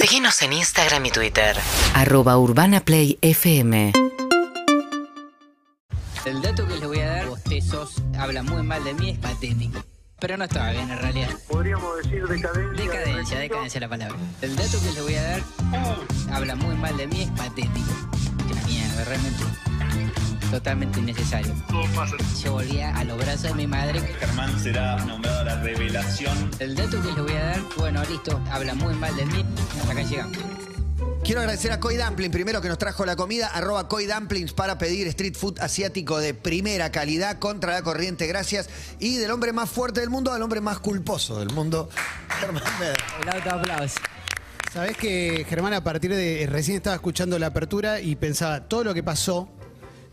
Seguinos en Instagram y Twitter. Arroba Urbana Play FM. El dato que les voy a dar, bostezos, habla muy mal de mí, es patético. Pero no estaba bien en realidad. Podríamos decir decadencia. Decadencia, decadencia la palabra. El dato que les voy a dar, habla muy mal de mí, es patético. Que la mierda, realmente. Totalmente innecesario. Todo pasa. Yo volvía a los brazos de mi madre. Germán será nombrado la revelación. El dato que les voy a dar, bueno, listo, habla muy mal de mí. Hasta acá llegamos. Quiero agradecer a Koi Dumpling, primero que nos trajo la comida, arroba Koi Dumplings para pedir street food asiático de primera calidad contra la corriente, gracias. Y del hombre más fuerte del mundo al hombre más culposo del mundo, Germán Meder. Un autoaplauso. Sabés que Germán a partir de eh, recién estaba escuchando la apertura y pensaba todo lo que pasó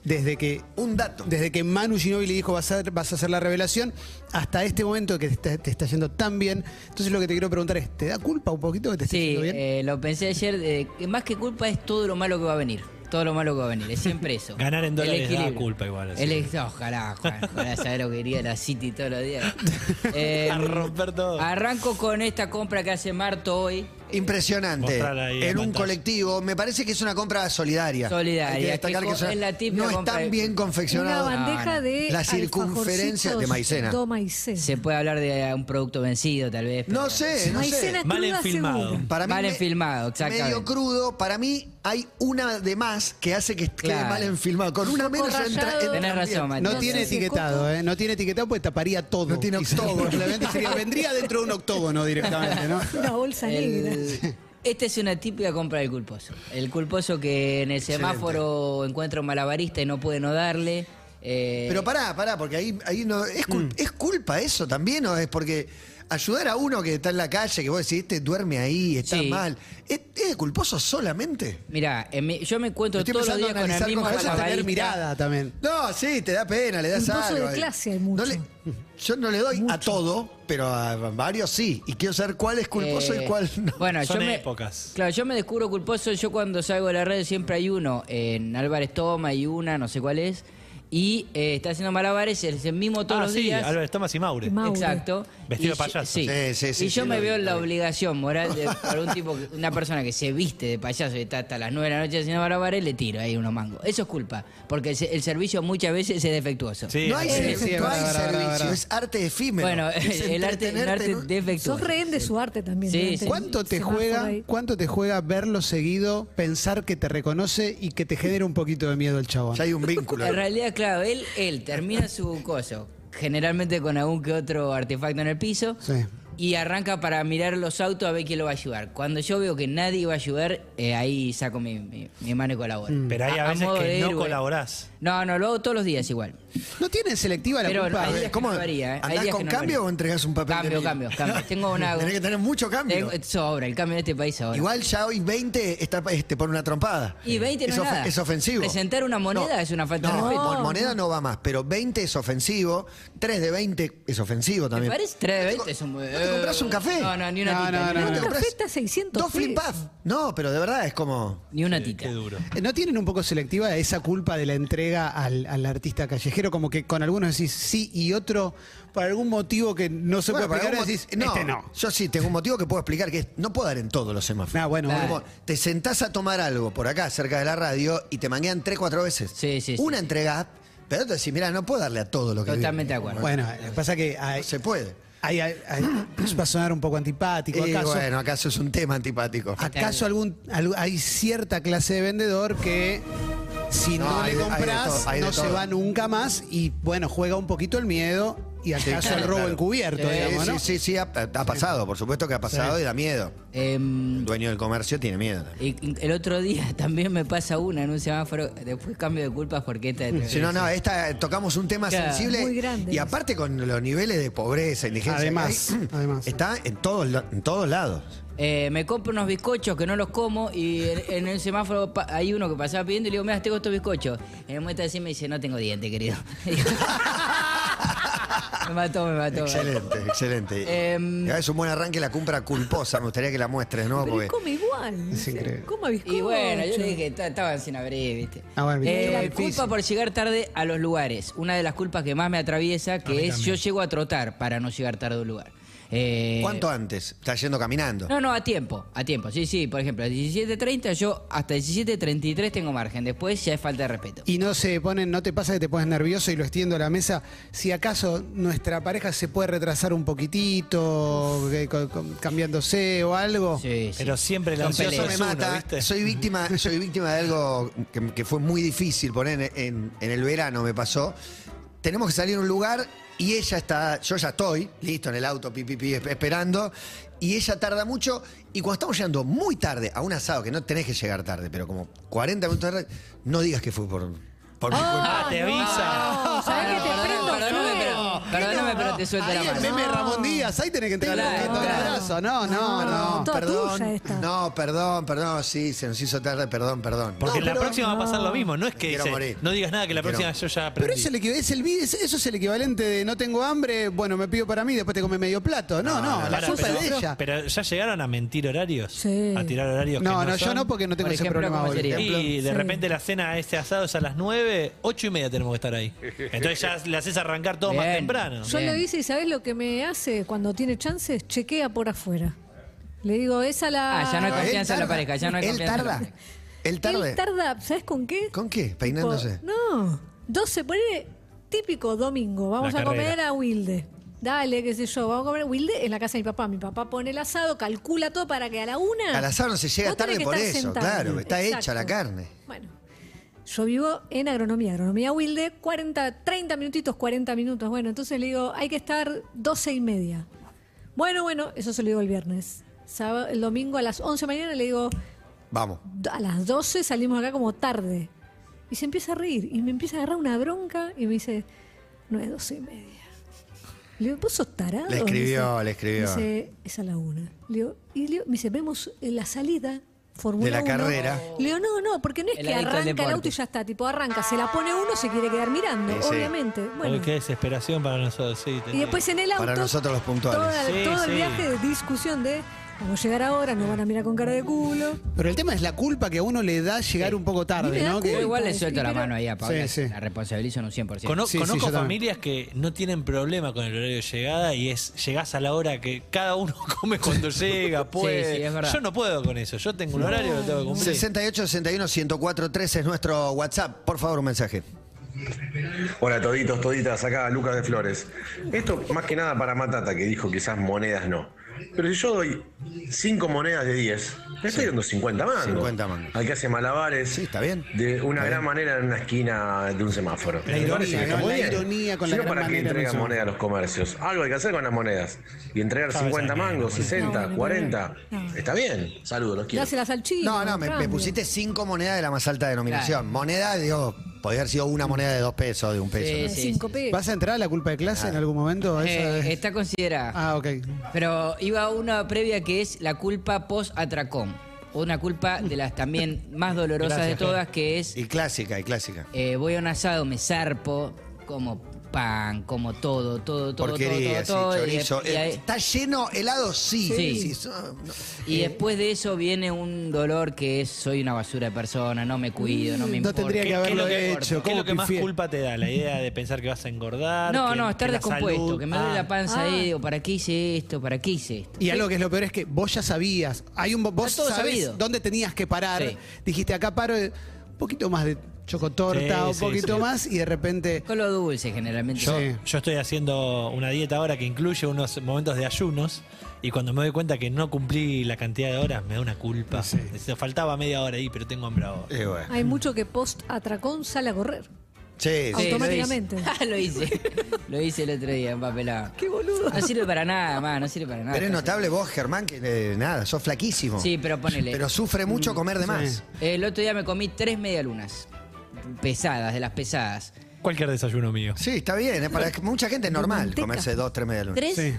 desde que Un dato. desde que Manu Ginóbili dijo vas a, ser- vas a hacer la revelación hasta este momento que te está, te está yendo tan bien. Entonces lo que te quiero preguntar es, ¿te da culpa un poquito que te esté Sí, yendo bien? eh, lo pensé ayer. eh, que más que culpa es todo lo malo que va a venir. Todo lo malo que va a venir. Es siempre eso. Ganar en El dólares da equilibrio. culpa igual, así El que- ex- ojalá, Juan. Ojalá saber lo que iría la City todos los días. Eh, A romper todo. Arranco con esta compra que hace Marto hoy. Impresionante. Mostrala ahí en En un pantalla. colectivo. Me parece que es una compra solidaria. Solidaria, Hay que destacar que que es una- es la típica no compra están de- bien Una confeccionados. Ah, bandeja no. de. La circunferencia de maicena. alfajorcitos, todo maicena. Se puede hablar de eh, un producto vencido, tal vez. pero- No sé, no maicena sé. cruda Mal enfilmado. Ah, seguro. Para mí Mal me- enfilmado, exactamente. Medio crudo. Para mí hay una de más que hace que quede Claro. mal enfilmado. Con una menos poco entra, rallado. entra Tenés bien. razón, Mati. No no tiene sé si etiquetado, Coco- ¿eh? No tiene etiquetado porque taparía todo. No tiene Y sería- octógono. simplemente sería- vendría dentro de un octógono directamente, ¿no? Una bolsa El- negra. Esta es una típica compra del culposo. El culposo que en el semáforo encuentra un malabarista y no puede no darle. eh, Pero pará, pará, porque ahí, ahí no. ¿es, cul- Mm. ¿Es culpa eso también o es porque ayudar a uno que está en la calle, que vos decís, este duerme ahí, está Sí. mal? ¿Es, es culposo solamente? Mirá, en mi- yo me encuentro Estoy todos los empezando días a con el analizar mismo con Vas a tener malabarista. mirada también. No, sí, te da pena, le das Impulso de algo. eh. clase hay mucho. No le- yo no le doy a todo, pero a varios sí. Y quiero saber cuál es culposo Eh, y cuál no. Bueno, Son yo me- épocas. claro, yo me descubro culposo. Yo cuando salgo de la red siempre hay uno. En Álvarez Toma hay una, no sé cuál es. Y eh, está haciendo malabares, es el mismo todos Ah, los sí, días. Álvarez Tomás y Maure. Y Maure. Exacto. Vestido de yo- payaso. Sí. Sí, sí, sí, y yo sí, me lo veo vi, en la lo vi. obligación moral de para un tipo, que- una persona que se viste de payaso y está hasta las 9 de la noche haciendo barbares, le tiro ahí unos mangos. Eso es culpa, porque el, se- el servicio muchas veces es defectuoso. Sí, no hay, sí. servicio, sí, es no verdad, hay verdad, Eh, servicio, verdad, verdad. es arte efímero. Bueno, eh, Es el arte, el entretenerte arte en un- defectuoso. Sos rehén de su arte también. Sí, durante sí. el ¿Cuánto te semáforo juega, ahí. cuánto te juega verlo seguido, pensar que te reconoce y que te genera un poquito de miedo el chabón? Ya hay un vínculo. En realidad, claro, él, él termina su coso, generalmente con algún que otro artefacto en el piso, Sí. y arranca para mirar los autos a ver quién lo va a ayudar. Cuando yo veo que nadie va a ayudar, eh, ahí saco mi, mi- mi mano y colaboro. Mm. Pero hay a veces modo que de no héroe. colaborás. No, no, lo hago todos los días igual. ¿No tienen selectiva la Pero culpa? hay Eh, días que no varía, ¿eh? Hay ¿Andás días con que no cambio varía. o entregas un papel? de Cambio, mil? cambio, cambio. Tengo una- Tenés que tener mucho cambio. Tengo- sobra, el cambio en este país ahora. Igual ya hoy 20 está, eh, te pone una trompada. Y 20 no es, es ofe- nada. es ofensivo. Presentar una moneda es una falta de no, respeto. mon- moneda no va más, pero 20 es ofensivo, 3 de 20 es ofensivo ¿Te también. parece? 3 de 20 es un... ¿No te compras un café? No, no, ni una No, tita. no, ni no, ¿No una- te Un compras café está 600 Dos flip pesos. puff. No, pero de verdad es como... Ni una Qué tita. duro. ¿No tienen un poco selectiva esa culpa de la entrega al, al artista callejero? Como que con algunos decís sí y otro, por algún motivo que no se Bueno, puede para explicar, algún decís, moti- no, este no. Yo sí tengo un motivo que puedo explicar, que es, no puedo dar en todos los semáforos. Ah, bueno, Claro. bueno. Como, te sentás a tomar algo por acá, cerca de la radio, y te manguean tres, cuatro veces. Sí, sí, sí, Una sí. entregás, pero te decís, mira, no puedo darle a todo lo que Totalmente de viene". acuerdo. Bueno, lo que pasa que hay, No se puede. hay- hay- hay- va a sonar un poco antipático. Y ¿Acaso, bueno, acaso es un tema antipático. Ah, acaso algún, al- hay cierta clase de vendedor que si no, No, hay le de- hay de compras todo, hay de no se todo. va nunca más y bueno, juega un poquito el miedo y acaso claro, el robo claro. encubierto, Sí, digamos, sí, ¿no? sí, sí, ha, ha pasado, por supuesto que ha pasado y da miedo. Em, El dueño del comercio tiene miedo. también. y- y el otro día también me pasa una en un semáforo. Después cambio de culpas porque esta. Si no, no, esta eh, tocamos un tema Claro. sensible Muy grande. y aparte con los niveles de pobreza, indigencia. que Además, hay, además. Está en todos, la- en todos lados. Eh, me compro unos bizcochos que no los como y en, en el semáforo pa- hay uno que pasaba pidiendo y le digo, mira, tengo estos bizcochos. Y me muestra así y me dice, no tengo diente, querido. Digo, me mató, me mató. Excelente, excelente. Ah, Em. es un buen arranque la compra culposa, me gustaría que la muestres, ¿no? Pero Porque él come igual. Es increíble. Come bizcocho. Y bueno, yo le dije, "Ta- estaban sin abrir, ¿viste? Ah, bueno, Eh, era culpa difícil. por llegar tarde a los lugares. Una de las culpas que más me atraviesa, que es yo llego a trotar para no llegar tarde a un lugar. Eh, ¿Cuánto antes? Está yendo caminando. No, no, a tiempo, a tiempo. Sí, sí, por ejemplo, a 17.30 yo hasta 17.33 tengo margen, después ya es falta de respeto. Y no se ponen, no te pasa que te pones nervioso y lo extiendo a la mesa. Si acaso nuestra pareja se puede retrasar un poquitito, que- co- co- cambiándose o algo. Sí, sí. Pero siempre el Son ansioso Eso peleas. me es uno, mata. ¿viste? Soy víctima, soy víctima de algo que, que fue muy difícil poner en, en- en el verano, me pasó. Tenemos que salir a un lugar y ella está, yo ya estoy, listo, en el auto, pi, pi, pi, esp- esperando, y ella tarda mucho, y cuando estamos llegando muy tarde a un asado, que no tenés que llegar tarde, pero como 40 minutos tarde, no digas que fue por, por mi culpa. Ah, te avisa. No, ¿sabés que te prendo Perdóname, fuego? pero, perdóname, pero te suelto Ahí la el mano. meme Ramón Díaz, ahí tenés que entrar Claro. cogiendo el brazo. No, no, no. Toda tuya esta. No, perdón, perdón, sí, se nos hizo tarde, perdón, perdón. Porque No, la pero- próxima va a pasar lo mismo. No es que Quiero dice, morir. no digas nada que la Quiero- próxima yo ya aprendí. Pero es el, equi- es el vi- es- eso es el equivalente de no tengo hambre, bueno, me pido para mí, después te come medio plato. No, no, no, la Pará, culpa pero, es de ella. pero ya llegaron a mentir horarios. Sí. A tirar horarios. que no, no, yo son. no porque no tengo Por ese ejemplo, problema ¿cómo hoy. sería? Y de Sí. repente la cena, este asado es a las 9, 8 y media tenemos que estar ahí. Entonces ya le haces arrancar todo más Bien. temprano. Yo Bien. lo hice y ¿sabés lo que me hace cuando tiene chances? Chequea por afuera. Le digo, es a la... Ah, ya no hay Él confianza en la tarda, pareja, ya no hay Él confianza en la tarda, pareja. él tarda. Él tarda, ¿sabes con qué? ¿Con qué? Tipo, Peinándose. No, 12, ponele típico domingo, vamos La a carrera. comer a Wilde. Dale, qué sé yo, vamos a comer a Wilde en la casa de mi papá. Mi papá pone el asado, calcula todo para que a la una... Al asado no se llega vos tenés tarde que por estar eso, sentado. claro, está Exacto. hecha la carne. Bueno, yo vivo en agronomía, agronomía Wilde, 40, 30 minutitos, 40 minutos. Bueno, entonces le digo, hay que estar 12 y media. Bueno, bueno, eso se lo digo el viernes. Sábado- el domingo a las 11 de la mañana le digo, Vamos. a las 12 salimos acá como tarde. Y se empieza a reír y me empieza a agarrar una bronca y me dice, no es 12 y media. Le digo, ¿vos sos tarado? Le Me escribió, dice. le escribió. Me dice, es a la una. Le digo, y le digo- me dice, vemos en la salida Fórmula De la uno". carrera. Le digo, no, no, porque no es El que adicto al arranca el deporte. auto y ya está. Tipo, arranca, se la pone uno, se quiere quedar mirando, Sí, sí. obviamente. Bueno, Uy, qué desesperación para nosotros. Sí, y después en el auto. Para nosotros los puntuales. toda- Sí, todo sí. el viaje de discusión de, vamos a llegar ahora, nos van a mirar con cara de culo. Pero el tema es la culpa que a uno le da llegar un poco Y tarde, me da ¿no? Que- Yo igual le Sí, suelto la pero- mano ahí a Paula, Sí, sí. la responsabilizo en un 100%. Cono- Sí, sí, conozco yo también. familias que no tienen problema con el horario de llegada y es llegás a la hora que cada uno come cuando llega, puede. sí, es verdad. Yo no puedo con eso. Yo tengo un horario que tengo que cumplir. 68 61 104 13 es nuestro WhatsApp. Por favor, un mensaje. Hola toditos, toditas, acá Lucas de Flores. Esto más que nada para Matata, que dijo quizás monedas no. Pero si yo doy 5 monedas de 10, le estoy dando 50 mangos. 50 mangos. Al que hace malabares. Sí, está bien. De una Está gran bien. manera en una esquina de un semáforo. La Me ironía, parece que está ¿no? muy La bien. ironía con Si la no, gran ¿para qué manera en un entregan semáforo? moneda a los comercios? Algo hay que hacer con las monedas. Y entregar Sabes, 50 hay que- mangos, 60, No, 40. no. Está bien. Saludos, los quiero. Dásela al salchino. No, no, me, me cambio. pusiste cinco monedas de la más alta denominación. Claro. Moneda, digo, podría haber sido una moneda de dos pesos, de un peso. Sí, ¿no? De cinco pesos. ¿Vas a entrar a la culpa de clase Ah. en algún momento? Esa es- Eh, está considerada. Ah, ok. Pero iba una previa que es la culpa post-atracón. Una culpa de las también más dolorosas Gracias, de todas, que es Y clásica, y clásica. eh, voy a un asado, me zarpo, como pan, como todo, todo, todo, Porquería, todo, todo, sí, todo, y de- chorizo. y Eh, ahí- ¿Está lleno helado? Sí. Sí. Decís, ah, no. y después de eso viene un dolor que es soy una basura de persona, no me cuido, no me No importa. tendría que ¿Qué es lo haberlo que- hecho. ¿Qué es ¿Cómo lo que más pifié? culpa te da? La idea de pensar que vas a engordar. No, que- no, estar que la descompuesto, salud- que me duele Ah. la panza Ah. ahí, digo, ¿para qué hice esto? ¿Para qué hice esto? Y algo que es lo peor es que vos ya sabías. Hay un vos Está todo sabés sabido. dónde tenías que parar. Sí. Dijiste acá paro eh, un poquito más de Sí, chocotorta, un sí, poquito sí. más y de repente Con lo dulce generalmente. Yo, Sí. yo estoy haciendo una dieta ahora que incluye unos momentos de ayunos y cuando me doy cuenta que no cumplí la cantidad de horas me da una culpa. Decía, Faltaba media hora ahí, pero tengo hambre ahora. Eh, bueno. Hay mucho que post atracón sale a correr. Sí, sí. Auto- automáticamente. Ah, Lo hice. lo hice. Lo hice el otro día, empapelado. Qué boludo. No sirve para nada, más, no sirve para nada. Pero es notable vos, Germán, que eh, nada, sos flaquísimo. Sí, pero ponele. Mm, Pero sufre mucho comer de más. El otro día me comí tres medialunas. Pesadas, de las pesadas. Cualquier desayuno mío. Sí, está bien. eh, Para mucha gente es normal manteca. comerse dos, tres medialunas. ¿Tres? Sí.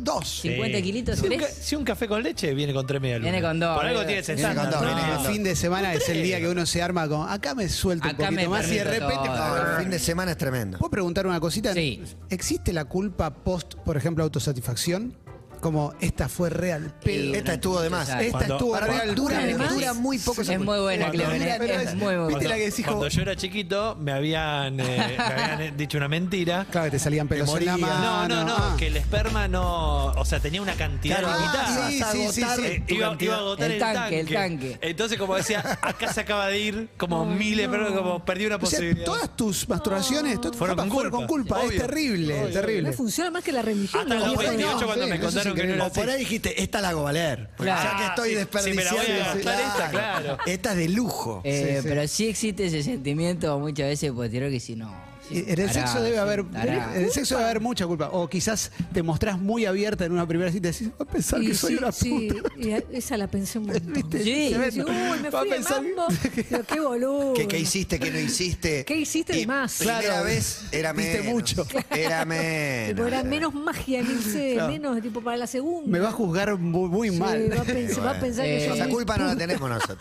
Dos. 50 Sí. kilitos, Eh, Si un, ¿tres? ca- si un café con leche viene con tres medialunas. Viene con dos, Por algo boludo. tiene ese Viene con estándar, dos, nene. viene con el fin de semana es el día que uno se arma con acá me suelto Acá un me poquito más y de permito repente todo. No, el fin de semana es tremendo. ¿Puedo preguntar una cosita? Sí. ¿Existe la culpa post, por ejemplo, autosatisfacción? como esta fue real. Y Esta estuvo de más. Exacto. Esta Cuando- estuvo Para mí real. dura Dura, de más. dura muy poco. Es esa muy buena, Cuando Clemen, dura, es- dura, es muy buena. Viste la que decís, Cuando como- yo era chiquito, me habían, eh, me habían, eh, dicho una mentira. Claro, que te salían pelos Te en la morías. mano. No, no, no, Ah. que el esperma no. O sea, tenía una cantidad Claro, limitada. ah, sí, Vas a sí, sí, agotar sí. Eh, Tu iba, cantidad. iba a agotar El el, tanque, tanque, el tanque. Entonces, como decía, acá se acaba de ir como miles, pero como perdí una O sea, posibilidad. todas tus masturbaciones Ah. to- Fueron con con culpa. culpa. Obvio. Es terrible, es terrible. No funciona más que la religión. Hasta la los vieja 28 no. Pues, cuando sí, eso me es contaron que no era increíble. O así. por ahí dijiste, esta la hago valer. Claro. Ya que estoy Ah, sí, sí, me la desperdiciando. voy a gastar esta, claro. Esta es de lujo. Eh, sí. Pero sí existe ese sentimiento muchas veces posterior que si no. sí, En el tará, sexo debe sí, haber tará. en el sexo debe haber mucha culpa. O quizás te mostrás muy abierta en una primera cita y decís, va a pensar Y que soy sí, una sí, puta. y a- esa la pensé un montón. ¿Viste? Sí. Y Tremendo. dije, uy, me Va a fui de pensar- mambo. Pero qué boludo. ¿Qué, qué hiciste? ¿Qué no hiciste? ¿Qué hiciste de Y más? Primera Claro. vez era Diste menos. mucho. Era Tipo, menos. era menos magia, no sé, Claro. menos tipo para la segunda. Me va a juzgar muy, muy Sí, mal. Va a, pens- va a pensar que Eh, soy Esa muy culpa no la tenemos nosotros.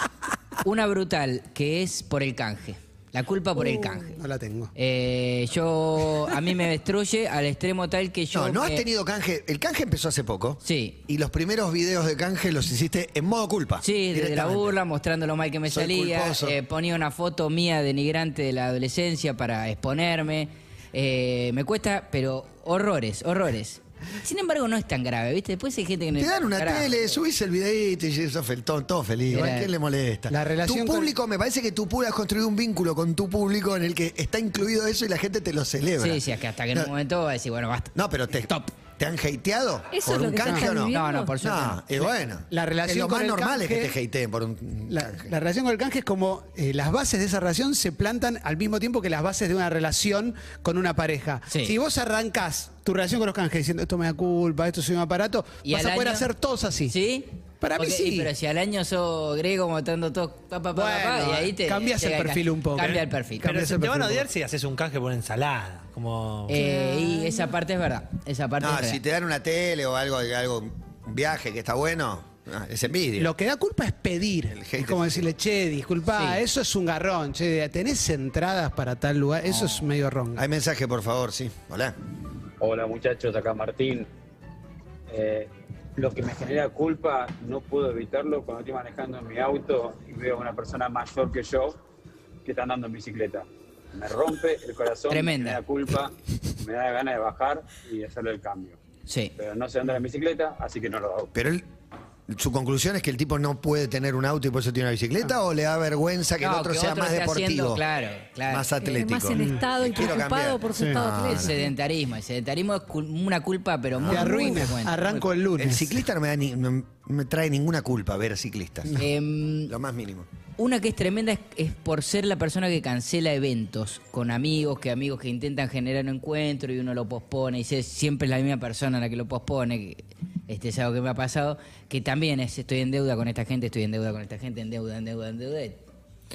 Una brutal, que es por el canje. La culpa por el Uh, canje. No la tengo. Eh, yo a mí me destruye al extremo tal que yo No, no has me- tenido canje. El canje empezó hace poco. Sí. Y los primeros videos de canje los hiciste en modo culpa. Sí, desde la directamente. burla, mostrando lo mal que me Soy salía. culposo. eh, ponía una foto mía denigrante de la adolescencia para exponerme. Eh, me cuesta, pero horrores, horrores. Sin embargo, no es tan grave, ¿viste? Después hay gente que... no- Te dan una Carajo. tele, subís el videito y sos fel- todo, todo feliz. Era- ¿A quién le molesta? La relación tu con- público, me parece que tú pu- has construido un vínculo con tu público en el que está incluido eso y la gente te lo celebra. Sí, sí, es que hasta que en No. un momento va a decir, bueno, basta. No, pero te, ¿te han hateado Eso por es lo un que canje estás o no? viviendo. No, no, por suerte. No, es bueno. La relación es lo con más el normal es que canje- te hateen por un La, canje. la relación con el canje es como eh, las bases de esa relación se plantan al mismo tiempo que las bases de una relación con una pareja. Sí. Si vos arrancás tu relación con los canjes diciendo esto me da culpa, esto soy un aparato, Y vas al a poder año- hacer todos así. ¿Sí? Para mí Porque- sí. y Pero si al año sos griego montando todo, pa, pa, pa, Bueno, pa, y ahí te. cambias el llega perfil ca- un poco. Cambia el perfil. Cambia- Pero cambias se el te van a perfil. odiar si haces un canje por una ensalada. Como. Eh, y esa parte es verdad. Esa parte es No, real. si te dan una tele o algo, algo un viaje que está bueno, ah, es envidia. Lo que da culpa es pedir. El hate Es como es- decirle, che, disculpa, Sí. eso es un garrón. Che, ¿tenés entradas para tal lugar? Eso es medio ronco. Hay mensaje, por favor, sí. Hola. Hola muchachos, acá Martín. Eh, lo que me genera culpa, no puedo evitarlo cuando estoy manejando en mi auto y veo a una persona mayor que yo que está andando en bicicleta. Me rompe el corazón, Tremenda. me da culpa, me da ganas de bajar y hacerle el cambio. Sí. Pero no sé andar en bicicleta, así que no lo hago. Pero él, su conclusión es que el tipo no puede tener un auto y por eso tiene una bicicleta o le da vergüenza que el No, otro que sea otro más esté haciendo, deportivo, claro, claro. más Que esté atlético. eh, Más en estado y Quiero preocupado cambiar. por su estado No, El atlético. sedentarismo. El sedentarismo es cul- una culpa, pero muy, Te muy arruina. frecuente. Arranco el lunes. El ciclista no me, da ni- no me trae ninguna culpa ver ciclistas. Em, Lo más mínimo. Una que es tremenda es, es por ser la persona que cancela eventos con amigos, que amigos que intentan generar un encuentro y uno lo pospone y se- siempre es la misma persona la que lo pospone. que- Este es algo que me ha pasado, que también es estoy en deuda con esta gente, estoy en deuda con esta gente, en deuda, en deuda, en deuda.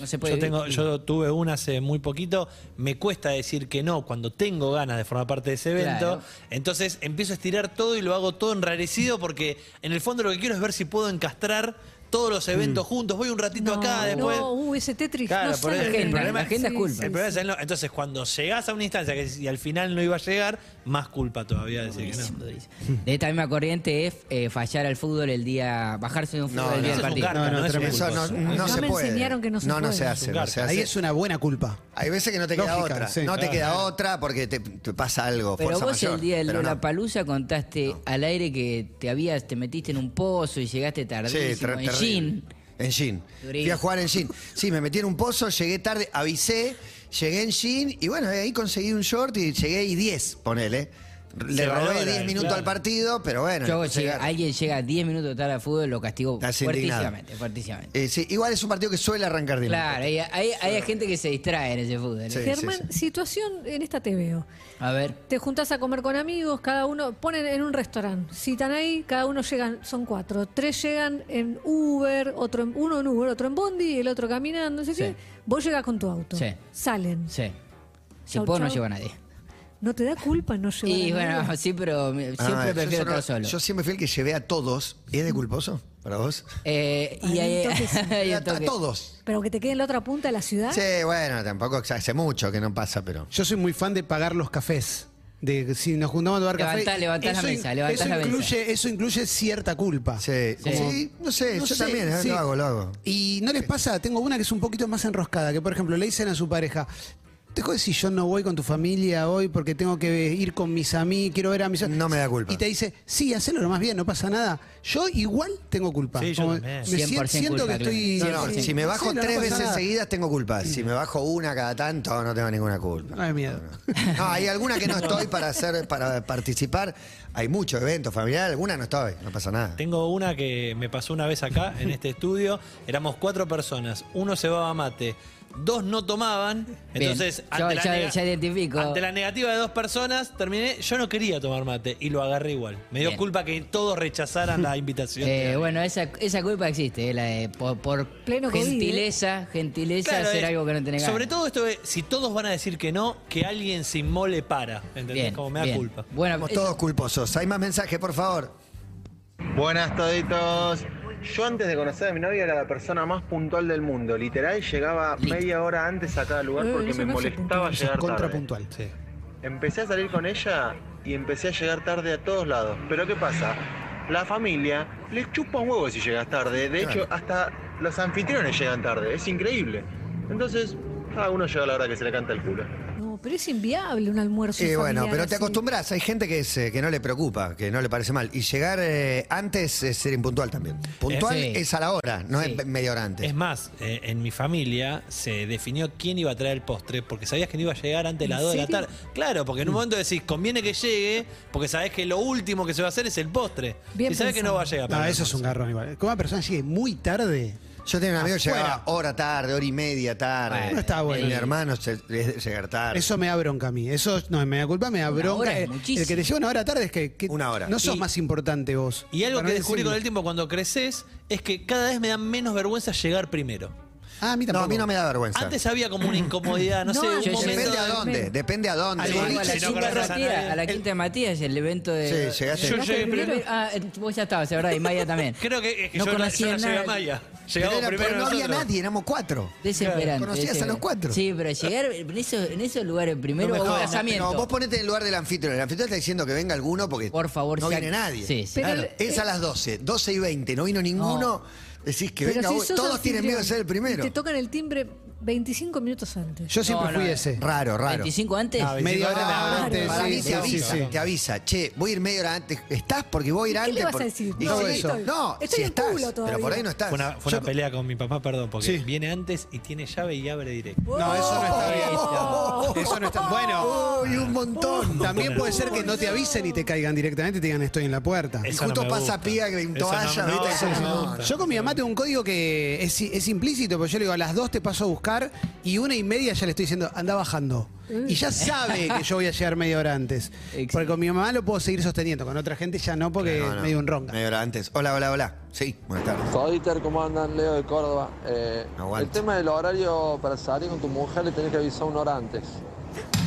No se puede. Yo, vivir. tengo, yo tuve una hace muy poquito, me cuesta decir que no cuando tengo ganas de formar parte de ese evento, Claro. entonces empiezo a estirar todo y lo hago todo enrarecido porque en el fondo lo que quiero es ver si puedo encastrar todos los eventos juntos, voy un ratito acá, después... No, uh, ese Tetris. Claro, no por sale. ahí el problema- la agenda es culpa. El problema es el no. Entonces, cuando llegás a una instancia que si al final no iba a llegar, más culpa todavía de decir que no. Durísimo, durísimo. De esta misma corriente es eh, fallar al fútbol el día, bajarse de un No, fútbol el no, día Eso del es un partido. garca, No, no, no es un tremendo. Eso no, culposo. no Ya se me puede. enseñaron que no se no, no puede. se hace. Es un no se garca. hace. Ahí es una buena culpa. Hay veces que no te queda Lógica, otra. sí, no te claro. queda otra porque te, te pasa algo. Pero fuerza vos mayor, el día de pero la no. Palusa contaste al aire que te habías, te metiste en un pozo y llegaste Sí, tardísimo ter- en terrible. jean. En jean. Durísimo. Fui a jugar en jean. Sí, me metí en un pozo, llegué tarde, avisé, llegué en jean y bueno, ahí conseguí un short y llegué y 10, ponele. Le Se robé valora, 10 minutos claro. al partido, pero bueno. Yo, le puse si garra. alguien llega 10 minutos tarde al fútbol, lo castigo Eh, Estás fuertísimamente, indignado. fuertísimamente. Eh, sí, igual es un partido que suele arrancar de Claro, hay, hay- hay gente que se distrae en ese fútbol. ¿eh? Sí. Germán, situación en esta te veo. A ver, Te juntas a comer con amigos, cada uno ponen en un restaurante, citan ahí, cada uno llegan, son cuatro, tres llegan en Uber, otro en- uno en Uber, otro en Bondi, el otro caminando, no sé Sí. qué. Vos llegas con tu auto, Sí. salen, sí. Si Chau, puedo, no chau. llevo a nadie. no te da culpa no llegar. Y a nadie? bueno, sí, pero me- Ah, siempre yo prefiero solo- estar solo. Yo siempre fui el que llevé a todos. ¿Es de culposo para vos? Eh, y Ay, ahí- entonces sí. ahí a, un toque. Eh, ¿Ah? a todos. pero que te quede en la otra punta de la ciudad. Sí, bueno, tampoco hace mucho que no pasa, pero. Yo soy muy fan de pagar los cafés. de si nos juntamos a tomar café. Levantá- levantá la eso in- mesa, levantá eso la mesa. incluye- Eso incluye cierta culpa. Sí, Como- Sí, no sé, yo también, eh, sí. lo hago, lo hago. Y no les pasa, tengo una que es un poquito más enroscada, que por ejemplo le dicen a su pareja, te jodes si yo no voy con tu familia hoy porque tengo que ir con mis amigos, quiero ver a mis No me da culpa. Y te dice, sí, hacelo nomás bien, no pasa nada. Yo igual tengo culpa. Sí, yo también. me sien- 100% siento culpa, que estoy... No, no, Sí, si me bajo Sí, no, no tres pasa veces nada. seguidas tengo culpa. Si me bajo una cada tanto no tengo ninguna No culpa. hay miedo. No, hay alguna que no estoy para hacer, para participar. Hay muchos eventos familiares, alguna no estoy, no pasa nada. Tengo una que me pasó una vez acá, en este estudio. Éramos cuatro personas. Uno cebaba mate. Dos no tomaban. Bien. Entonces, Yo- ya- nega- ya identifico. ante la negativa de dos personas, terminé. Yo no quería tomar mate y lo agarré igual. Me dio Bien. culpa que todos rechazaran la invitación. Eh, bueno, esa, esa culpa existe, eh, la de por, por Pleno COVID, ¿eh? gentileza, gentileza Claro, hacer es- algo que no tenés ganas. Sobre todo esto de si todos van a decir que no, que alguien se inmole para. ¿Entendés? bien, Como me da bien. culpa. Bueno, Somos eso- todos culposos. Hay más mensajes, por favor. Buenas toditos. Yo antes de conocer a mi novia era la persona más puntual del mundo. Literal, llegaba media hora antes a cada lugar Eh, porque eso me no hace molestaba puntual. Eso llegar tarde. Contrapuntual. Empecé a salir con ella y empecé a llegar tarde a todos lados. Pero ¿qué pasa? La familia les chupa un huevo si llegas tarde. De hecho, hasta los anfitriones llegan tarde. Es increíble. Entonces, cada uno llega a la hora que se le canta el culo. No, pero es inviable un almuerzo. Sí, Eh, bueno, familiar pero te así. acostumbras. Hay gente que, es, eh, que no le preocupa, que no le parece mal. Y llegar eh, antes es ser impuntual también. Puntual Eh, sí. es a la hora, no Sí. es media hora antes. Es más, eh, en mi familia se definió quién iba a traer el postre porque sabías que no iba a llegar antes de las ¿En 2 de la serio? tarde. Claro, porque en un momento decís, conviene que llegue porque sabés que lo último que se va a hacer es el postre. Bien y sabés que Ah, no va a llegar. Ah, No, para el eso es un almuerzo. garrón igual. Como una persona llegue muy tarde, Yo tenía un amigo que Afuera. llegaba hora tarde, hora y media tarde. Bueno, está bueno. Mi hermano se- es llegar tarde. eso me da bronca a mí. Eso no me da culpa, me da Una bronca. hora es El- muchísimo. El que te lleva una hora tarde es que, que Una hora. no sos Y- más importante vos. Y algo Para que no descubrí con el decirlo. tiempo cuando creces es que cada vez me da menos vergüenza llegar primero. Ah, a mí no, tampoco. a mí no me da vergüenza. Antes había como una incomodidad, no, No, sé, un yo- yo- momento. depende a de- dónde, depende a dónde. Al Yo boliche, a la si no quinta de conoces a Matías, nadie. a la quinta de Matías, el evento de. Sí, llegaste. Yo llegué primero. primero. Ah, eh, vos ya estabas, es verdad, y Maya también. Creo que es que No yo, no, yo conocía no llegué a nada. Maya. Pero Llegamos era- primero pero no había nosotros. nadie, éramos cuatro. Desesperante. Conocías a los desesperante. cuatro. Sí, pero llegar en esos, en esos lugares primero No, o un no, casamiento. no, vos ponete en el lugar del anfitrión. El anfitrión está diciendo que venga alguno porque Por favor, no sea- viene nadie. Sí, sí. Claro, Pero el- es a las 12, 12 y 20, no vino ninguno. Decís que Pero venga si vos. sos Todos tienen miedo de ser el anfitrión primero. y Te tocan el timbre 25 minutos antes. Yo siempre No, no, fui no. ese. Raro, raro. 25 antes. Ah, Media hora Ah, antes. para sí, mí sí, te sí, avisa, sí. te avisa, che, voy a ir media hora antes. ¿Estás? Porque voy a ir ¿Y qué antes. le vas por- a decir? Y No, sí, eso. estoy- No, Estoy si en estás. culo Pero por todavía. ahí no estás. Fue una, fue Yo- una pelea con mi papá, perdón, porque Sí. viene antes y tiene llave y abre directo. No, eso no Oh. está Uh. bien. Eso no está. Bueno. Uy, un montón. También puede ser que no te avisen y te caigan directamente y te digan estoy en la puerta. Es- Eso justo me pasa gusta. pía que en Eso toalla, ¿viste? eso Sí, me no, gusta. Yo con mi mamá tengo un código que es, es implícito, porque yo le digo a las dos te paso a buscar y una y media ya le estoy diciendo anda bajando. Mm. Y ya sabe que yo voy a llegar media hora antes. Exacto. Porque con mi mamá lo puedo seguir sosteniendo, con otra gente ya no porque No, no. es medio un ronca. Media hora antes. Hola, hola, hola. Sí, buenas tardes. Toditer, ¿cómo andan? Leo de Córdoba. Eh, Aguante. el tema del horario para salir con tu mujer le tenés que avisar una hora antes.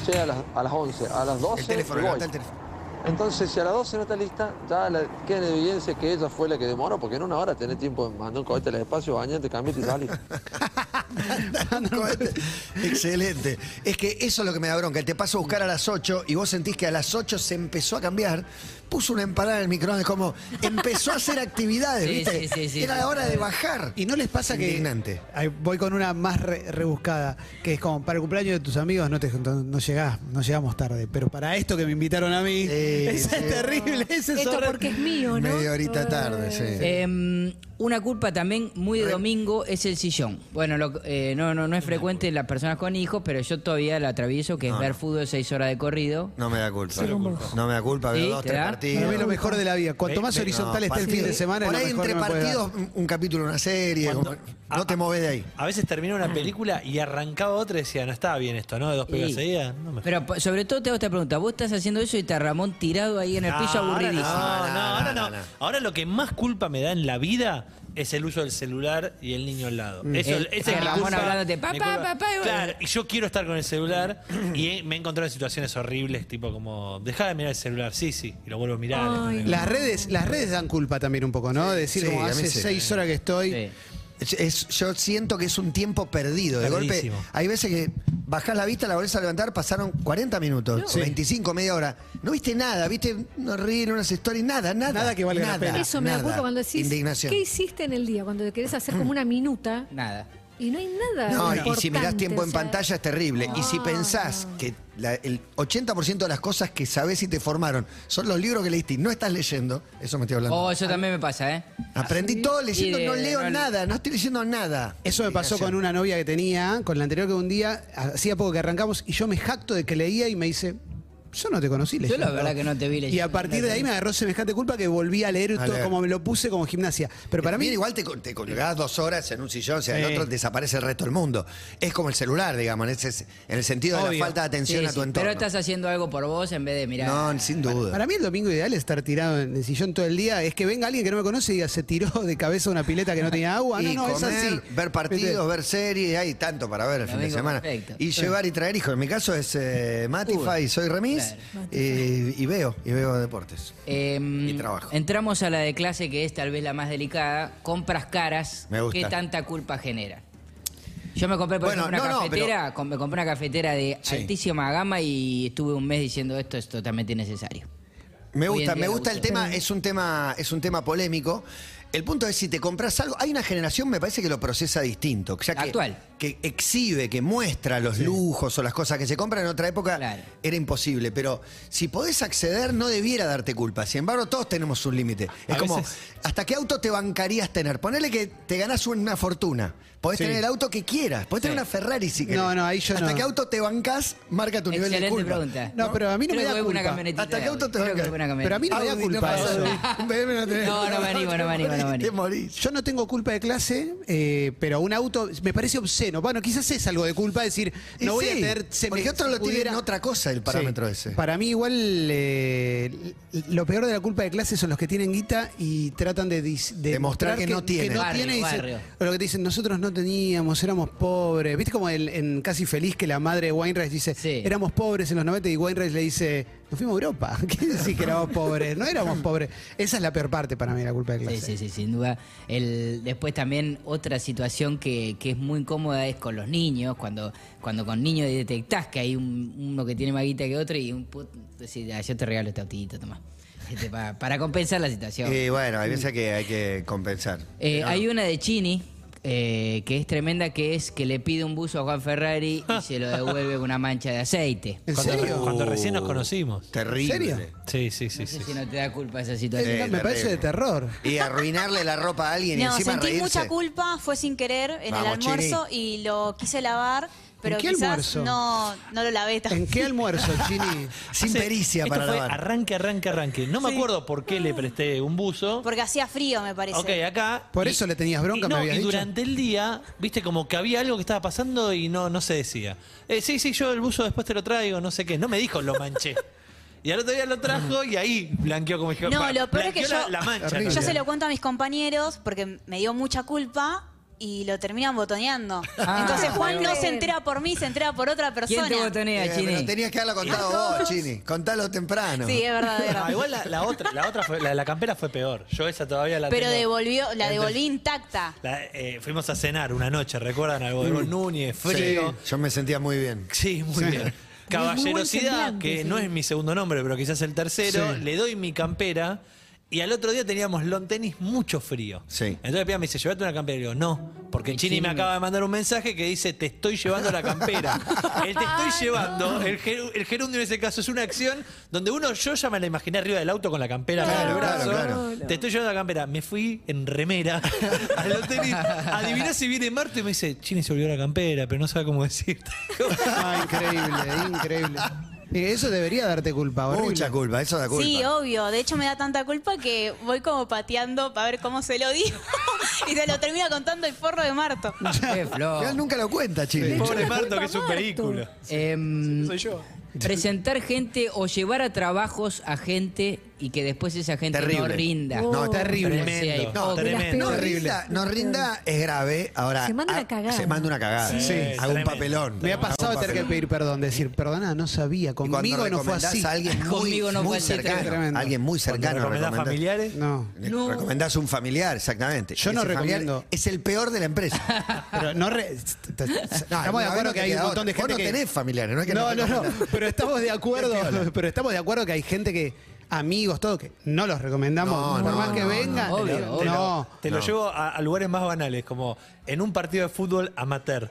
Che, a las, a las 11, a las 12 El teléfono, voy. levanta el teléfono. Entonces, si a las 12 no está lista, ya la- queda en evidencia que ella fue la que demoró, porque en una hora tenés tiempo de mandar un cohete al espacio, bañarte, cambiarte y salir. Excelente. Es que eso es lo que me da bronca. Te paso a buscar a las 8 y vos sentís que a las 8 se empezó a cambiar. Puso una empanada en el microondas, como empezó a hacer actividades, Sí, ¿viste? sí, sí, sí, Era sí. la hora de bajar. Y no les pasa que. Indignante. Ay, Voy con una más re- rebuscada, que es como para el cumpleaños de tus amigos no te no, no llegás, no llegamos tarde. Pero para esto que me invitaron a mí, Sí, esa sí. es terrible, ese es Esto horror- porque es mío, ¿no? Media horita tarde, sí. Em, una culpa también muy de domingo es el sillón. Bueno, lo- eh, no, no, no es frecuente en las personas con hijos, pero yo todavía la atravieso, que No, es ver no. fútbol seis horas de corrido. No me da culpa. Sí, con vos. No me da culpa, veo Sí, dos, ¿te tres da? Para mí partidos. lo mejor de la vida. Cuanto Ve- más ve- horizontal No, esté el partido. fin de semana, Por lo ahí mejor entre que me puede dar. partidos, un- un capítulo, una serie. Cuando- como- no te moves de ahí. A veces terminaba una película y arrancaba otra y decía, no estaba bien esto, ¿no? De dos películas Sí. seguidas. No me Pero po- sobre todo te hago esta pregunta. Vos estás haciendo eso y está Ramón tirado ahí en el No, piso Ah, ahora aburridísimo. No, no, No, no, ahora no, no. no. Ahora lo que más culpa me da en la vida es el uso del celular y el niño al lado. Eso, Mm. El- esa el es mi Ramón culpa, hablándote, mi "Papá, culpa". papá, y bueno. Claro, y yo quiero estar con el celular y he- me he encontrado en situaciones horribles, tipo como, dejá de mirar el celular, sí, sí, y lo vuelvo a mirar. Ay, ¿entendés? Las redes, las redes dan culpa también un poco, ¿no? Decir Sí, como a mí hace sí. seis horas que estoy. Sí. Es- es- yo siento que es un tiempo perdido. De Perdidísimo. golpe, hay veces que bajás la vista, la volvés a levantar, pasaron 40 minutos, No. Sí. 25, media hora. No viste nada, viste no reír, unas stories, nada, nada. Nada que valga la pena. Eso me da Ah, nada. culpa cuando decís, Indignación. ¿qué hiciste en el día? Cuando te querés hacer como una minuta Nada. y no hay nada No, y importante, si mirás tiempo o en sea, Ah. pantalla es terrible. Y si pensás que la- el 80% de las cosas que sabés y te formaron son los libros que leíste y no estás leyendo, eso me estoy hablando. Oh, eso también me pasa, ¿eh? Aprendí Sí. todo Y leyendo, de- no leo no- nada, no estoy leyendo nada. Eso me pasó con una novia que tenía, con la anterior que un día, hacía poco que arrancamos, y yo me jacto de que leía y me dice, yo no te conocí Yo leyendo. la verdad que no te vi Y a partir de ahí me agarró semejante culpa que volví a leer A todo leer. como me lo puse como gimnasia. Pero para mí... igual te, te colgás dos horas en un sillón, o sea, Sí. el otro desaparece el resto del mundo. Es como el celular, digamos, en, ese- en el sentido de Obvio. la falta de atención Sí, a tu sí, entorno. Pero estás haciendo algo por vos en vez de mirar. no, sin duda. Para mí el domingo ideal es estar tirado en el sillón todo el día. Es que venga alguien que no me conoce y diga, se tiró de cabeza una pileta que no tenía agua. y no, no, comer, es así. ver ¿Viste? partidos, ver series, hay tanto para ver el fin de Domingo semana. perfecto. Y Sí. llevar y traer hijos. En mi caso es eh, Matify, soy remis eh, y veo, y veo deportes. Em, Y trabajo. Entramos a la de clase que es tal vez la más delicada. Compras caras. Me gusta. ¿Qué tanta culpa genera? Yo me compré, por Bueno, ejemplo, una no, no, cafetera. com- Me compré una cafetera de Sí. altísima gama y estuve un mes diciendo esto es totalmente innecesario. Me Hoy en gusta, día me la gusta el uso. tema, es un tema, es un tema polémico. El punto es si te compras algo, hay una generación me parece que lo procesa distinto, o sea, que, Actual. que exhibe, que muestra los lujos o las cosas que se compran en otra época Claro. era imposible, pero si podés acceder no debiera darte culpa. Sin embargo, todos tenemos un límite. Es A como veces- hasta qué auto te bancarías tener. Ponele que te ganás una fortuna. Podés Sí. tener el auto que quieras, podés tener una Ferrari si querés. No, no, ahí yo hasta no. qué auto te bancás marca tu nivel de Excelente culpa. pregunta. No, pero a mí no Creo me que da voy una culpa. camionetita ¿Hasta de qué auto Audi. te Creo que bancás? voy una Pero a mí camionetita. no me da Audi, culpa no, eso. Audi. BMW no tenés. No, no me animo, no me animo, no me animo. Te morís. Yo no tengo culpa de clase, eh, pero un auto me parece obsceno. Bueno, quizás es algo de culpa decir, Y no voy a sí, tener... se porque me- otros lo si pudiera- tienen otra cosa el parámetro Sí. ese. Para mí igual eh, lo peor de la culpa de clase son los que tienen guita y tratan de dis- de Demostrar mostrar que no tienen. no Barrio, tienen y dicen- barrio. o lo que te dicen, nosotros no teníamos, éramos pobres. ¿Viste como el- en Casi Feliz que la madre de Wainwright dice, Sí. éramos pobres en los 90 y Wainwright le dice, nos fuimos a Europa? ¿Qué decir que éramos pobres? No éramos pobres. Esa es la peor parte para mí de la culpa de clase. Sí, sí, sí, sin duda. El, después también otra situación que, que es muy incómoda es con los niños, cuando, cuando con niños detectás que hay un- uno que tiene más guita que otro y un puto, decís, "Ah, yo te regalo este autito, toma. Este, pa- para, compensar la situación. Y bueno, hay veces que hay que compensar. Eh, Hay una de Chini eh, que es tremenda, que es que le pide un buzo a Juan Ferrari y se lo devuelve con una mancha de aceite. ¿En Cuando, serio? cuando recién nos conocimos. Terrible. ¿En serio? Sí, sí, sí. No sé sí. si no te da culpa esa Es- situación. me parece terrible. de terror. Y arruinarle la ropa a alguien y No, encima sentí reírse. mucha culpa, fue sin querer en Vamos, el almuerzo y lo quise lavar, pero qué quizás almuerzo? no, no lo lavé tan ¿En qué almuerzo, Chini? Sin Hace- pericia esto para fue lavar. Arranque, arranque, arranque. No me acuerdo por qué le presté un buzo. Porque hacía frío, me parece. Ok, ah, acá. Por eso le tenías bronca, me y no, habías y dicho. durante el día, viste, como que había algo que estaba pasando y no, no se decía. Eh, sí, sí, yo el buzo después te lo traigo, no sé qué. No me dijo, lo manché. Y al otro día lo trajo y ahí blanqueó como dije, No, pa- lo peor es que blanqueó la, yo- la mancha. Horrible. Yo se lo cuento a mis compañeros porque me dio mucha culpa y lo terminan botoneando. Ah, Entonces Juan bueno. no se entera por mí, se entera por otra ¿Quién persona. te botonea, Eh, Chini? pero tenías que haberlo contado vos, Chini. Contalo temprano. Sí, es verdad, es verdad. Ah, igual la, la otra, la otra fue, la de la campera fue peor. Yo esa todavía la Pero tengo- devolvió, la devolví intacta. La- eh, fuimos a cenar una noche, ¿recuerdan? Al Mm. Bodegón Núñez, frío. Yo me sentía muy bien. Sí, muy bien. Caballerosidad, que no es mi segundo nombre, pero quizás el tercero, Sí. le doy mi campera y al otro día teníamos long tenis mucho frío. Sí. Entonces Pia me dice, llévate una campera. Y yo, no, porque Chini, Chini me me- acaba de mandar un mensaje que dice, te estoy llevando la campera. el te estoy llevando, el, geru- el gerundio en ese caso es una acción donde uno, yo ya me la imaginé arriba del auto con la campera en Claro, el brazo. claro, claro. Te estoy llevando la campera. Me fui en remera al long tenis. Adiviná si viene Marto y me dice, Chini se olvidó la campera, pero no sabe cómo decirte. Ah, increíble, increíble. Y Eso debería darte culpa, horrible. Mucha culpa, eso da culpa. Sí, obvio. De hecho, me da tanta culpa que voy como pateando para ver cómo se lo digo. y se lo termina contando el forro de Marto. Qué flojo. Igual nunca lo cuenta, Chini. Pobre Marto, culpa que es un Marto. vehículo. Em, yo. Presentar gente o llevar a trabajos a gente y que después esa gente no Terrible. rinda. No, es terrible. No sea No, hipócrita. No rinda, no rinda es grave. Ahora, Se manda ah, una cagada. Se manda una cagada. Sí, hago un tremendo. papelón. Me ha Hago un pasado de tener que papelón. pedir perdón, decir, perdona, no sabía, Y cuando conmigo no fue recomendás así. a alguien muy, muy cercano. Alguien muy cercano. recomendás. familiares? No. Le Recomendás un familiar, exactamente. Yo no Ese familiar recomiendo. Es el peor de la empresa. Pero no re- Estamos de no, acuerdo no te que hay queda un montón de otra. gente Vos no que- tenés familiares, no es que no no, no, no, recomendás. pero estamos de acuerdo, pero estamos de acuerdo que hay gente que amigos, todo que no los recomendamos, por más que vengan. Te lo- te lo- no. Te lo llevo a, a lugares más banales, como en un partido de fútbol amateur.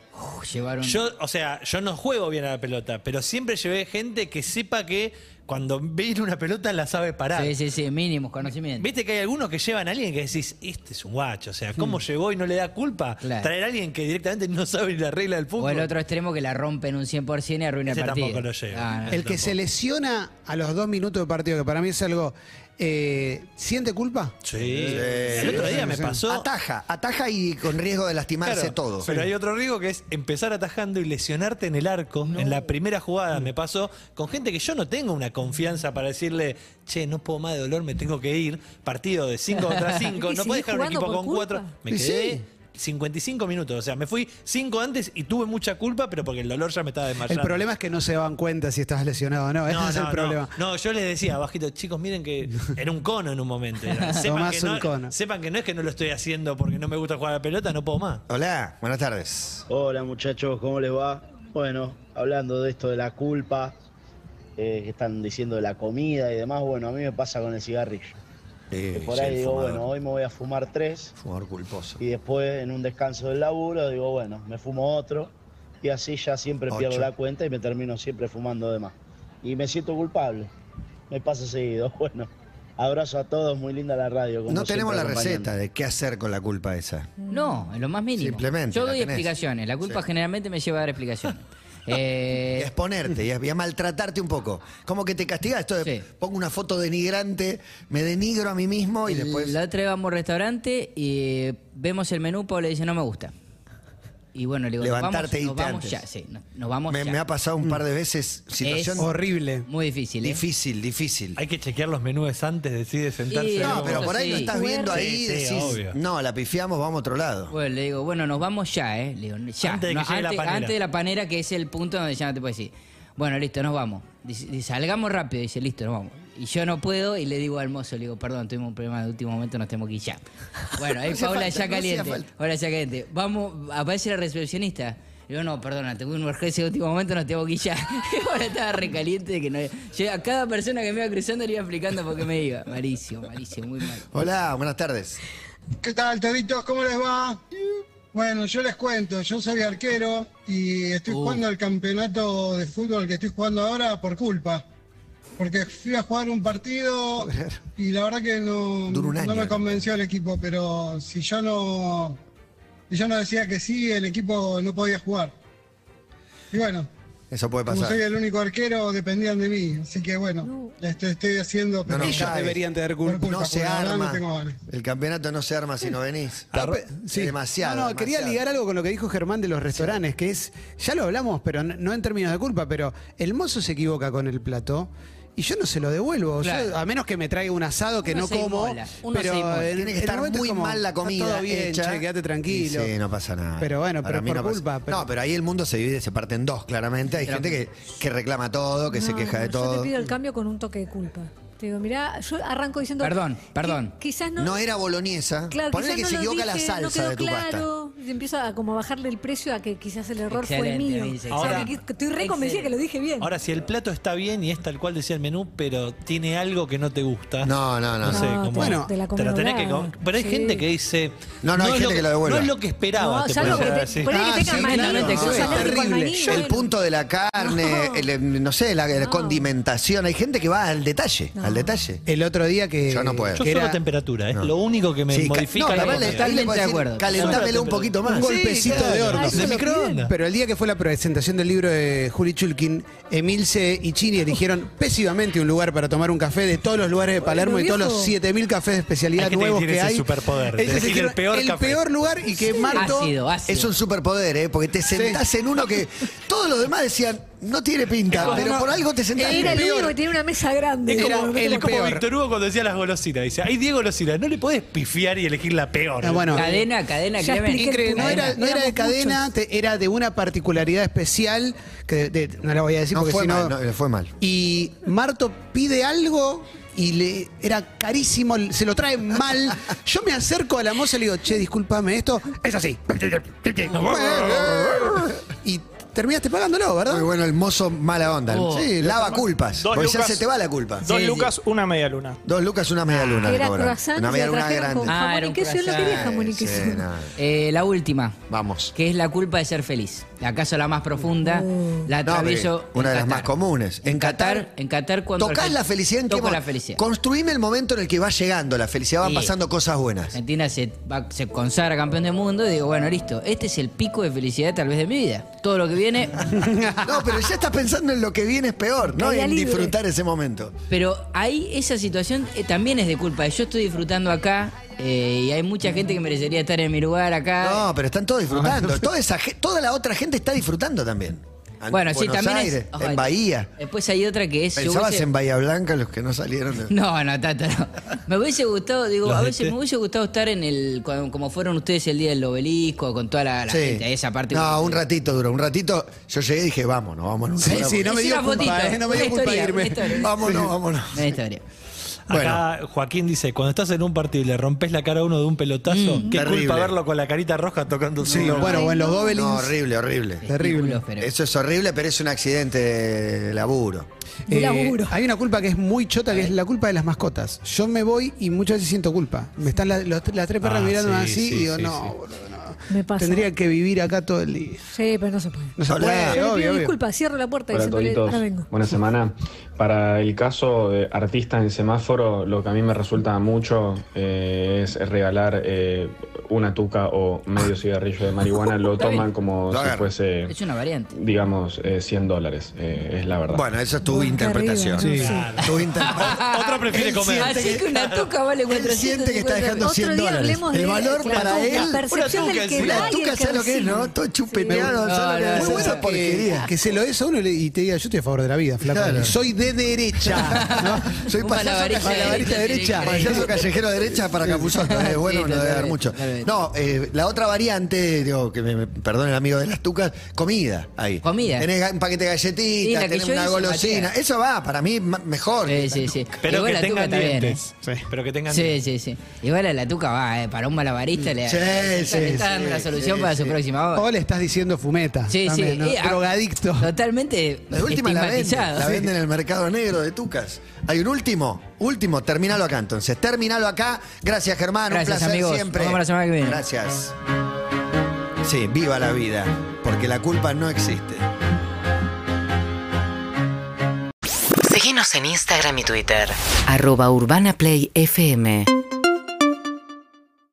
llevaron- Yo, o sea, yo no juego bien a la pelota, pero siempre llevé gente que sepa que cuando viene una pelota la sabe parar. Sí, sí, sí, mínimos conocimientos. Viste que hay algunos que llevan a alguien que decís, este es un guacho, o sea, Mm. ¿cómo llegó y no le da culpa? Claro. Traer a alguien que directamente no sabe ni la regla del O fútbol. el otro extremo que la rompen un 100% y arruina Ese el partido. tampoco lo llevo. Ah, no. El que se lesiona a los dos minutos de partido, que para mí es algo. eh, ¿Siente culpa? Sí. El otro día me pasó. Ataja, ataja y con riesgo de lastimarse Claro, todo. Pero hay otro riesgo que es empezar atajando y lesionarte en el arco. En la primera Mm. jugada me pasó con gente que yo no tengo una confianza para decirle, che, no puedo más de dolor, me tengo que ir. Partido de 5 contra 5, ¿Y no seguís puedes dejar un jugando equipo por con 4. culpa? Me Y quedé. sí. 55 minutos, o sea, me fui 5 antes y tuve mucha culpa, pero porque el dolor ya me estaba El desmayando. problema es que no se dan cuenta si estás lesionado o no. Este Ese es el problema. No, yo les decía bajito, chicos, miren que era un cono en un momento. Era, Sepan Tomás que, un no, cono. sepan que no es que no lo estoy haciendo porque no me gusta jugar a la pelota, no puedo más. Hola, buenas tardes. Hola muchachos, ¿cómo les va? Bueno, hablando de esto de la culpa, eh, que están diciendo de la comida y demás, bueno, a mí me pasa con el cigarrillo. Que por sí, ahí el digo, fumador. bueno, hoy me voy a fumar tres Fumador culposo. y después en un descanso del laburo digo, bueno, me fumo otro y así ya siempre Ocho. pierdo la cuenta y me termino siempre fumando de más. Y me siento culpable, me pasa seguido. Bueno, abrazo a todos, muy linda la radio. como No tenemos la siempre, acompañando. receta de qué hacer con la culpa esa. No, en lo más mínimo. Simplemente Yo la doy tenés. explicaciones. La culpa Sí. generalmente me lleva a dar explicaciones. Eh, Y a exponerte y a, y a maltratarte un poco. Como que te castigas. Esto de, Pongo una foto denigrante, me denigro a mí mismo y después. La otra vez vamos a un restaurante y eh, vemos el menú, Pablo dice, no me gusta. Y bueno, le digo, nos vamos- Levantarte e nos irte vamos, antes. ya, sí, no- nos vamos me, ya. me ha pasado un par de veces situación Es horrible. Muy difícil. ¿eh? Difícil, difícil. Hay que chequear los menús antes, decide sentarse. Y- a ver No, cómo- Pero por ahí lo estás viendo ahí y Sí, sí, decís, obvio. no, la pifiamos, vamos a otro lado. Bueno, le digo, bueno, nos vamos ya, ¿eh? Le digo, ya. Antes de que No, llegue la panera. antes de la panera, que es el punto donde ya no te puedes ir. Bueno, listo, nos vamos. Dice, dice, salgamos rápido. Dice, listo, nos vamos. Y yo no puedo y le digo al mozo, le digo, perdón, tuvimos un problema de último momento, nos tenemos que ir ya. Bueno, ahí No hacía falta, Paula ya no hacía caliente. falta. Ahora ya caliente. Vamos, aparece la recepcionista. Le digo, no, perdona, tuve una urgencia de último momento, nos tenemos que ir ya. Y ahora estaba recaliente de que no... Yo a cada persona que me iba cruzando le iba explicando por qué me iba. Malísimo, malísimo, muy mal. Hola, buenas tardes. ¿Qué tal, toditos? ¿Cómo les va? Bueno, yo les cuento, yo soy arquero y estoy Uh. jugando el campeonato de fútbol que estoy jugando ahora por culpa. Porque fui a jugar un partido y la verdad que no, Duró un no año. me convenció el equipo, pero si yo no si yo no decía que sí, el equipo no podía jugar. Y bueno, Eso puede como pasar. soy el único arquero, dependían de mí, así que bueno, este, estoy haciendo... No, no, pequeñas- caes. por culpa, No se porque la verdad no arma. tengo ganas. El campeonato no se arma si no venís. Es Demasiado. No, no, quería demasiado. ligar algo con lo que dijo Germán de los restaurantes, que es, ya lo hablamos, pero n- no en términos de culpa, pero el mozo se equivoca con el plato. Y yo no se lo devuelvo, yo, Claro. a menos que me traiga un asado que Uno no se como. inmola, uno se Pero inmola. en- Tiene que en estar el momento muy es como, mal la "Está comida todo bien, hecha". che, quédate tranquilo. Y sí, no pasa nada. Pero bueno, pero Para mí por no pasa- culpa. pero- No, pero ahí el mundo se divide, se parte en dos, claramente. Hay gente que, que reclama todo, que se No, queja de no, Yo todo. te pido el cambio con un toque de culpa. Te digo, mirá, yo arranco diciendo. perdón. Quizás no. No era boloñesa. Claro, Ponele quizás que no se lo equivoca dije, la no salsa quedó de tu pasta. claro, Y empiezo a como bajarle el precio a que quizás el error fue Excelente, mío. dice, O sea, ahora- que que estoy re convencida que lo dije bien. Ahora, si el plato está bien y es tal cual decía el menú, pero tiene algo que no te gusta. No, no, no. sé, No, como- te- Bueno, te, te la la tenés que comemos. com- Pero hay Sí. gente que dice. No, no, hay es gente que lo devuelve. No es lo que esperaba. te puede llegar a decir. Ah, El punto de la carne, el, eh, no sé, la, la condimentación. Hay gente que va al detalle, al detalle. Eh, El otro día que. Yo no puedo. Yo solo temperatura, es lo único que me Sí, ca- modifica. no, la capaz comida. le- Totalmente le puedes de decir, acuerdo. calentámelo Solo un temperatura. poquito más. Un golpecito Sí, claro. de horno. Ah, eso De lo microondas. piden. Pero el día que fue la presentación del libro de Juli Chulkin, Emilce y Chini eligieron pésimamente un lugar para tomar un café de todos los lugares de Palermo Bueno, y todos los viejo. 7000 cafés de especialidad Hay gente que nuevos tiene que ese hay. superpoder, de Ellos elegir el eligieron peor café. peor lugar y que Marto. Es un superpoder, ¿eh? Porque te sentás en uno que todos los demás decían, No tiene pinta, Es como- pero por algo te sentaste. Era el único que tiene una mesa grande. Es Era como, lo que es tengo como peor. Víctor Hugo cuando decía las golosinas. Dice, hay 10 golosinas, no le podés pifiar y elegir la peor. Ah, bueno. Cadena, cadena, Ya Clemen. expliqué el no era, no era de cadena, te- era de una particularidad especial, que de- de- no la voy a decir No porque fue si no... mal, no, le fue mal. Y Marto pide algo y le era carísimo, se lo trae mal. Yo me acerco a la moza y le digo, che, discúlpame, esto es así. Y terminaste pagándolo, ¿verdad? Muy bueno, el mozo mala onda. Ah. Oh. Sí, lava culpas. Dos Porque ya lucas- se te va la culpa. Dos lucas, una media luna. Dos lucas, una media luna. Que le Ah. era cobraron. croissant, una se media la luna trajeron grande. con jamón y queso. Yo no quería jamón y Sí, queso. no. Eh, la última. Vamos. Que es la culpa de ser feliz. ¿Acaso la más profunda? Uh. La No, atravieso. porque una de las más comunes. En Qatar, En Qatar cuando... tocás la felicidad en qué Toco mo- la felicidad. Construime el momento en el que va llegando la felicidad, van Sí. pasando cosas buenas. Argentina se, va- se consagra campeón del mundo y digo, bueno, listo, este es el pico de felicidad tal vez de mi vida. Todo lo que viene... No, pero ya estás pensando en lo que viene es peor, no Caída en libre. disfrutar ese momento. Pero ahí esa situación eh, también es de culpa. Yo estoy disfrutando acá eh, y hay mucha gente que merecería estar en mi lugar acá. No, pero están todos disfrutando. Toda, esa, ge- toda la otra gente está disfrutando también. En Bueno, sí, Buenos también es- Aires, ojalá. en Bahía. Después hay otra que es... yo ¿Pensabas hubiese- en Bahía Blanca los que no salieron? de- No, no, Tata, no. Me hubiese gustado, digo, Los a de veces té. me hubiese gustado estar en el. cuando- como fueron ustedes el día del obelisco, con toda la, la Sí. gente, esa parte. No, un ratito duró. Un ratito yo llegué y dije, vámonos, vámonos. Sí, sí, no me Es dio una culpa, fotito, eh, no me dio una culpa historia, una irme. historia. Vámonos, vámonos. Una historia. Acá Joaquín dice, cuando estás en un partido y le rompes la cara a uno de un pelotazo, qué terrible. culpa verlo con la carita roja tocando Sí, bueno, o en los gobelins. No, horrible, horrible. Terrible. Eso es horrible, pero es un accidente de laburo. Eh, hay una culpa que es muy chota, que es la culpa de las mascotas. Yo me voy y muchas veces siento culpa. Me están la- los- las tres perras Ah, mirando sí, así sí, y digo, sí, no, sí. boludo, no. Me pasa. Tendría que vivir acá todo el día. Sí, pero no se Eh, puede. No se Yo le puede, pido obvio, obvio. disculpas, cierro la puerta Hola diciéndole, Toditos, ahora "Ah, vengo. buena semana. Para el caso de artistas en semáforo, lo que a mí me resulta mucho eh, es regalar eh, una tuca o medio cigarrillo de marihuana. Lo Está toman bien. como Lo si agarran. fuese, Es una variante. digamos, eh, 100 dólares. eh, es la Ah. verdad. Bueno, esa es tu interpretación. terrible, Sí. Tu interpretación. Otra prefiere Él comer. siente Así Ah, que una tuca vale Él 400, siente que está dejando Otro 100 día dólares. hablemos de El valor la para tuca, él. la percepción Una del tuca, que sí. da La y el tuca, que ¿sabes lo que es, recibe. no? Todo chupeteado. No, ¿sabes lo que no, es? no, Muy buena que- porquería. Que se lo des a uno y le- y te diga, yo estoy a favor de la vida, flaco. Claro. Soy de derecha. ¿no? Soy Un payaso malabarista callejero de derecha. Payaso callejero derecha para capuzón. Es bueno, no debe dar mucho. No, eh, la otra variante, digo, que me, me perdone el amigo de las tucas, comida ahí. Comida. Tenés ga- un paquete de Sí, la galletitas, que tenés yo una hice, golosina. Matías. Eso va, para mí, ma- mejor. Sí, sí, sí. Pero Igual que la tuca tengan está bien, ¿eh? dientes. Pero que tengan Sí, sí, sí. Igual a la tuca va, eh, para un malabarista le, Sí, le está- sí, le está dando sí, la solución sí, para su sí. próxima obra. O le estás diciendo fumeta. Sí, sí. también, ¿no? eh, a- Drogadicto. Totalmente La última la venden, Este, estigmatizado. la venden en el mercado negro de Tucas. Hay un último, último, terminalo acá entonces. Terminalo acá. Gracias Germán, Gracias, un placer amigos. siempre. Nos vemos la semana que viene. Gracias. Sí, viva la vida, porque la culpa no existe. Síguenos en Instagram y Twitter. arroba urbanaplayfm.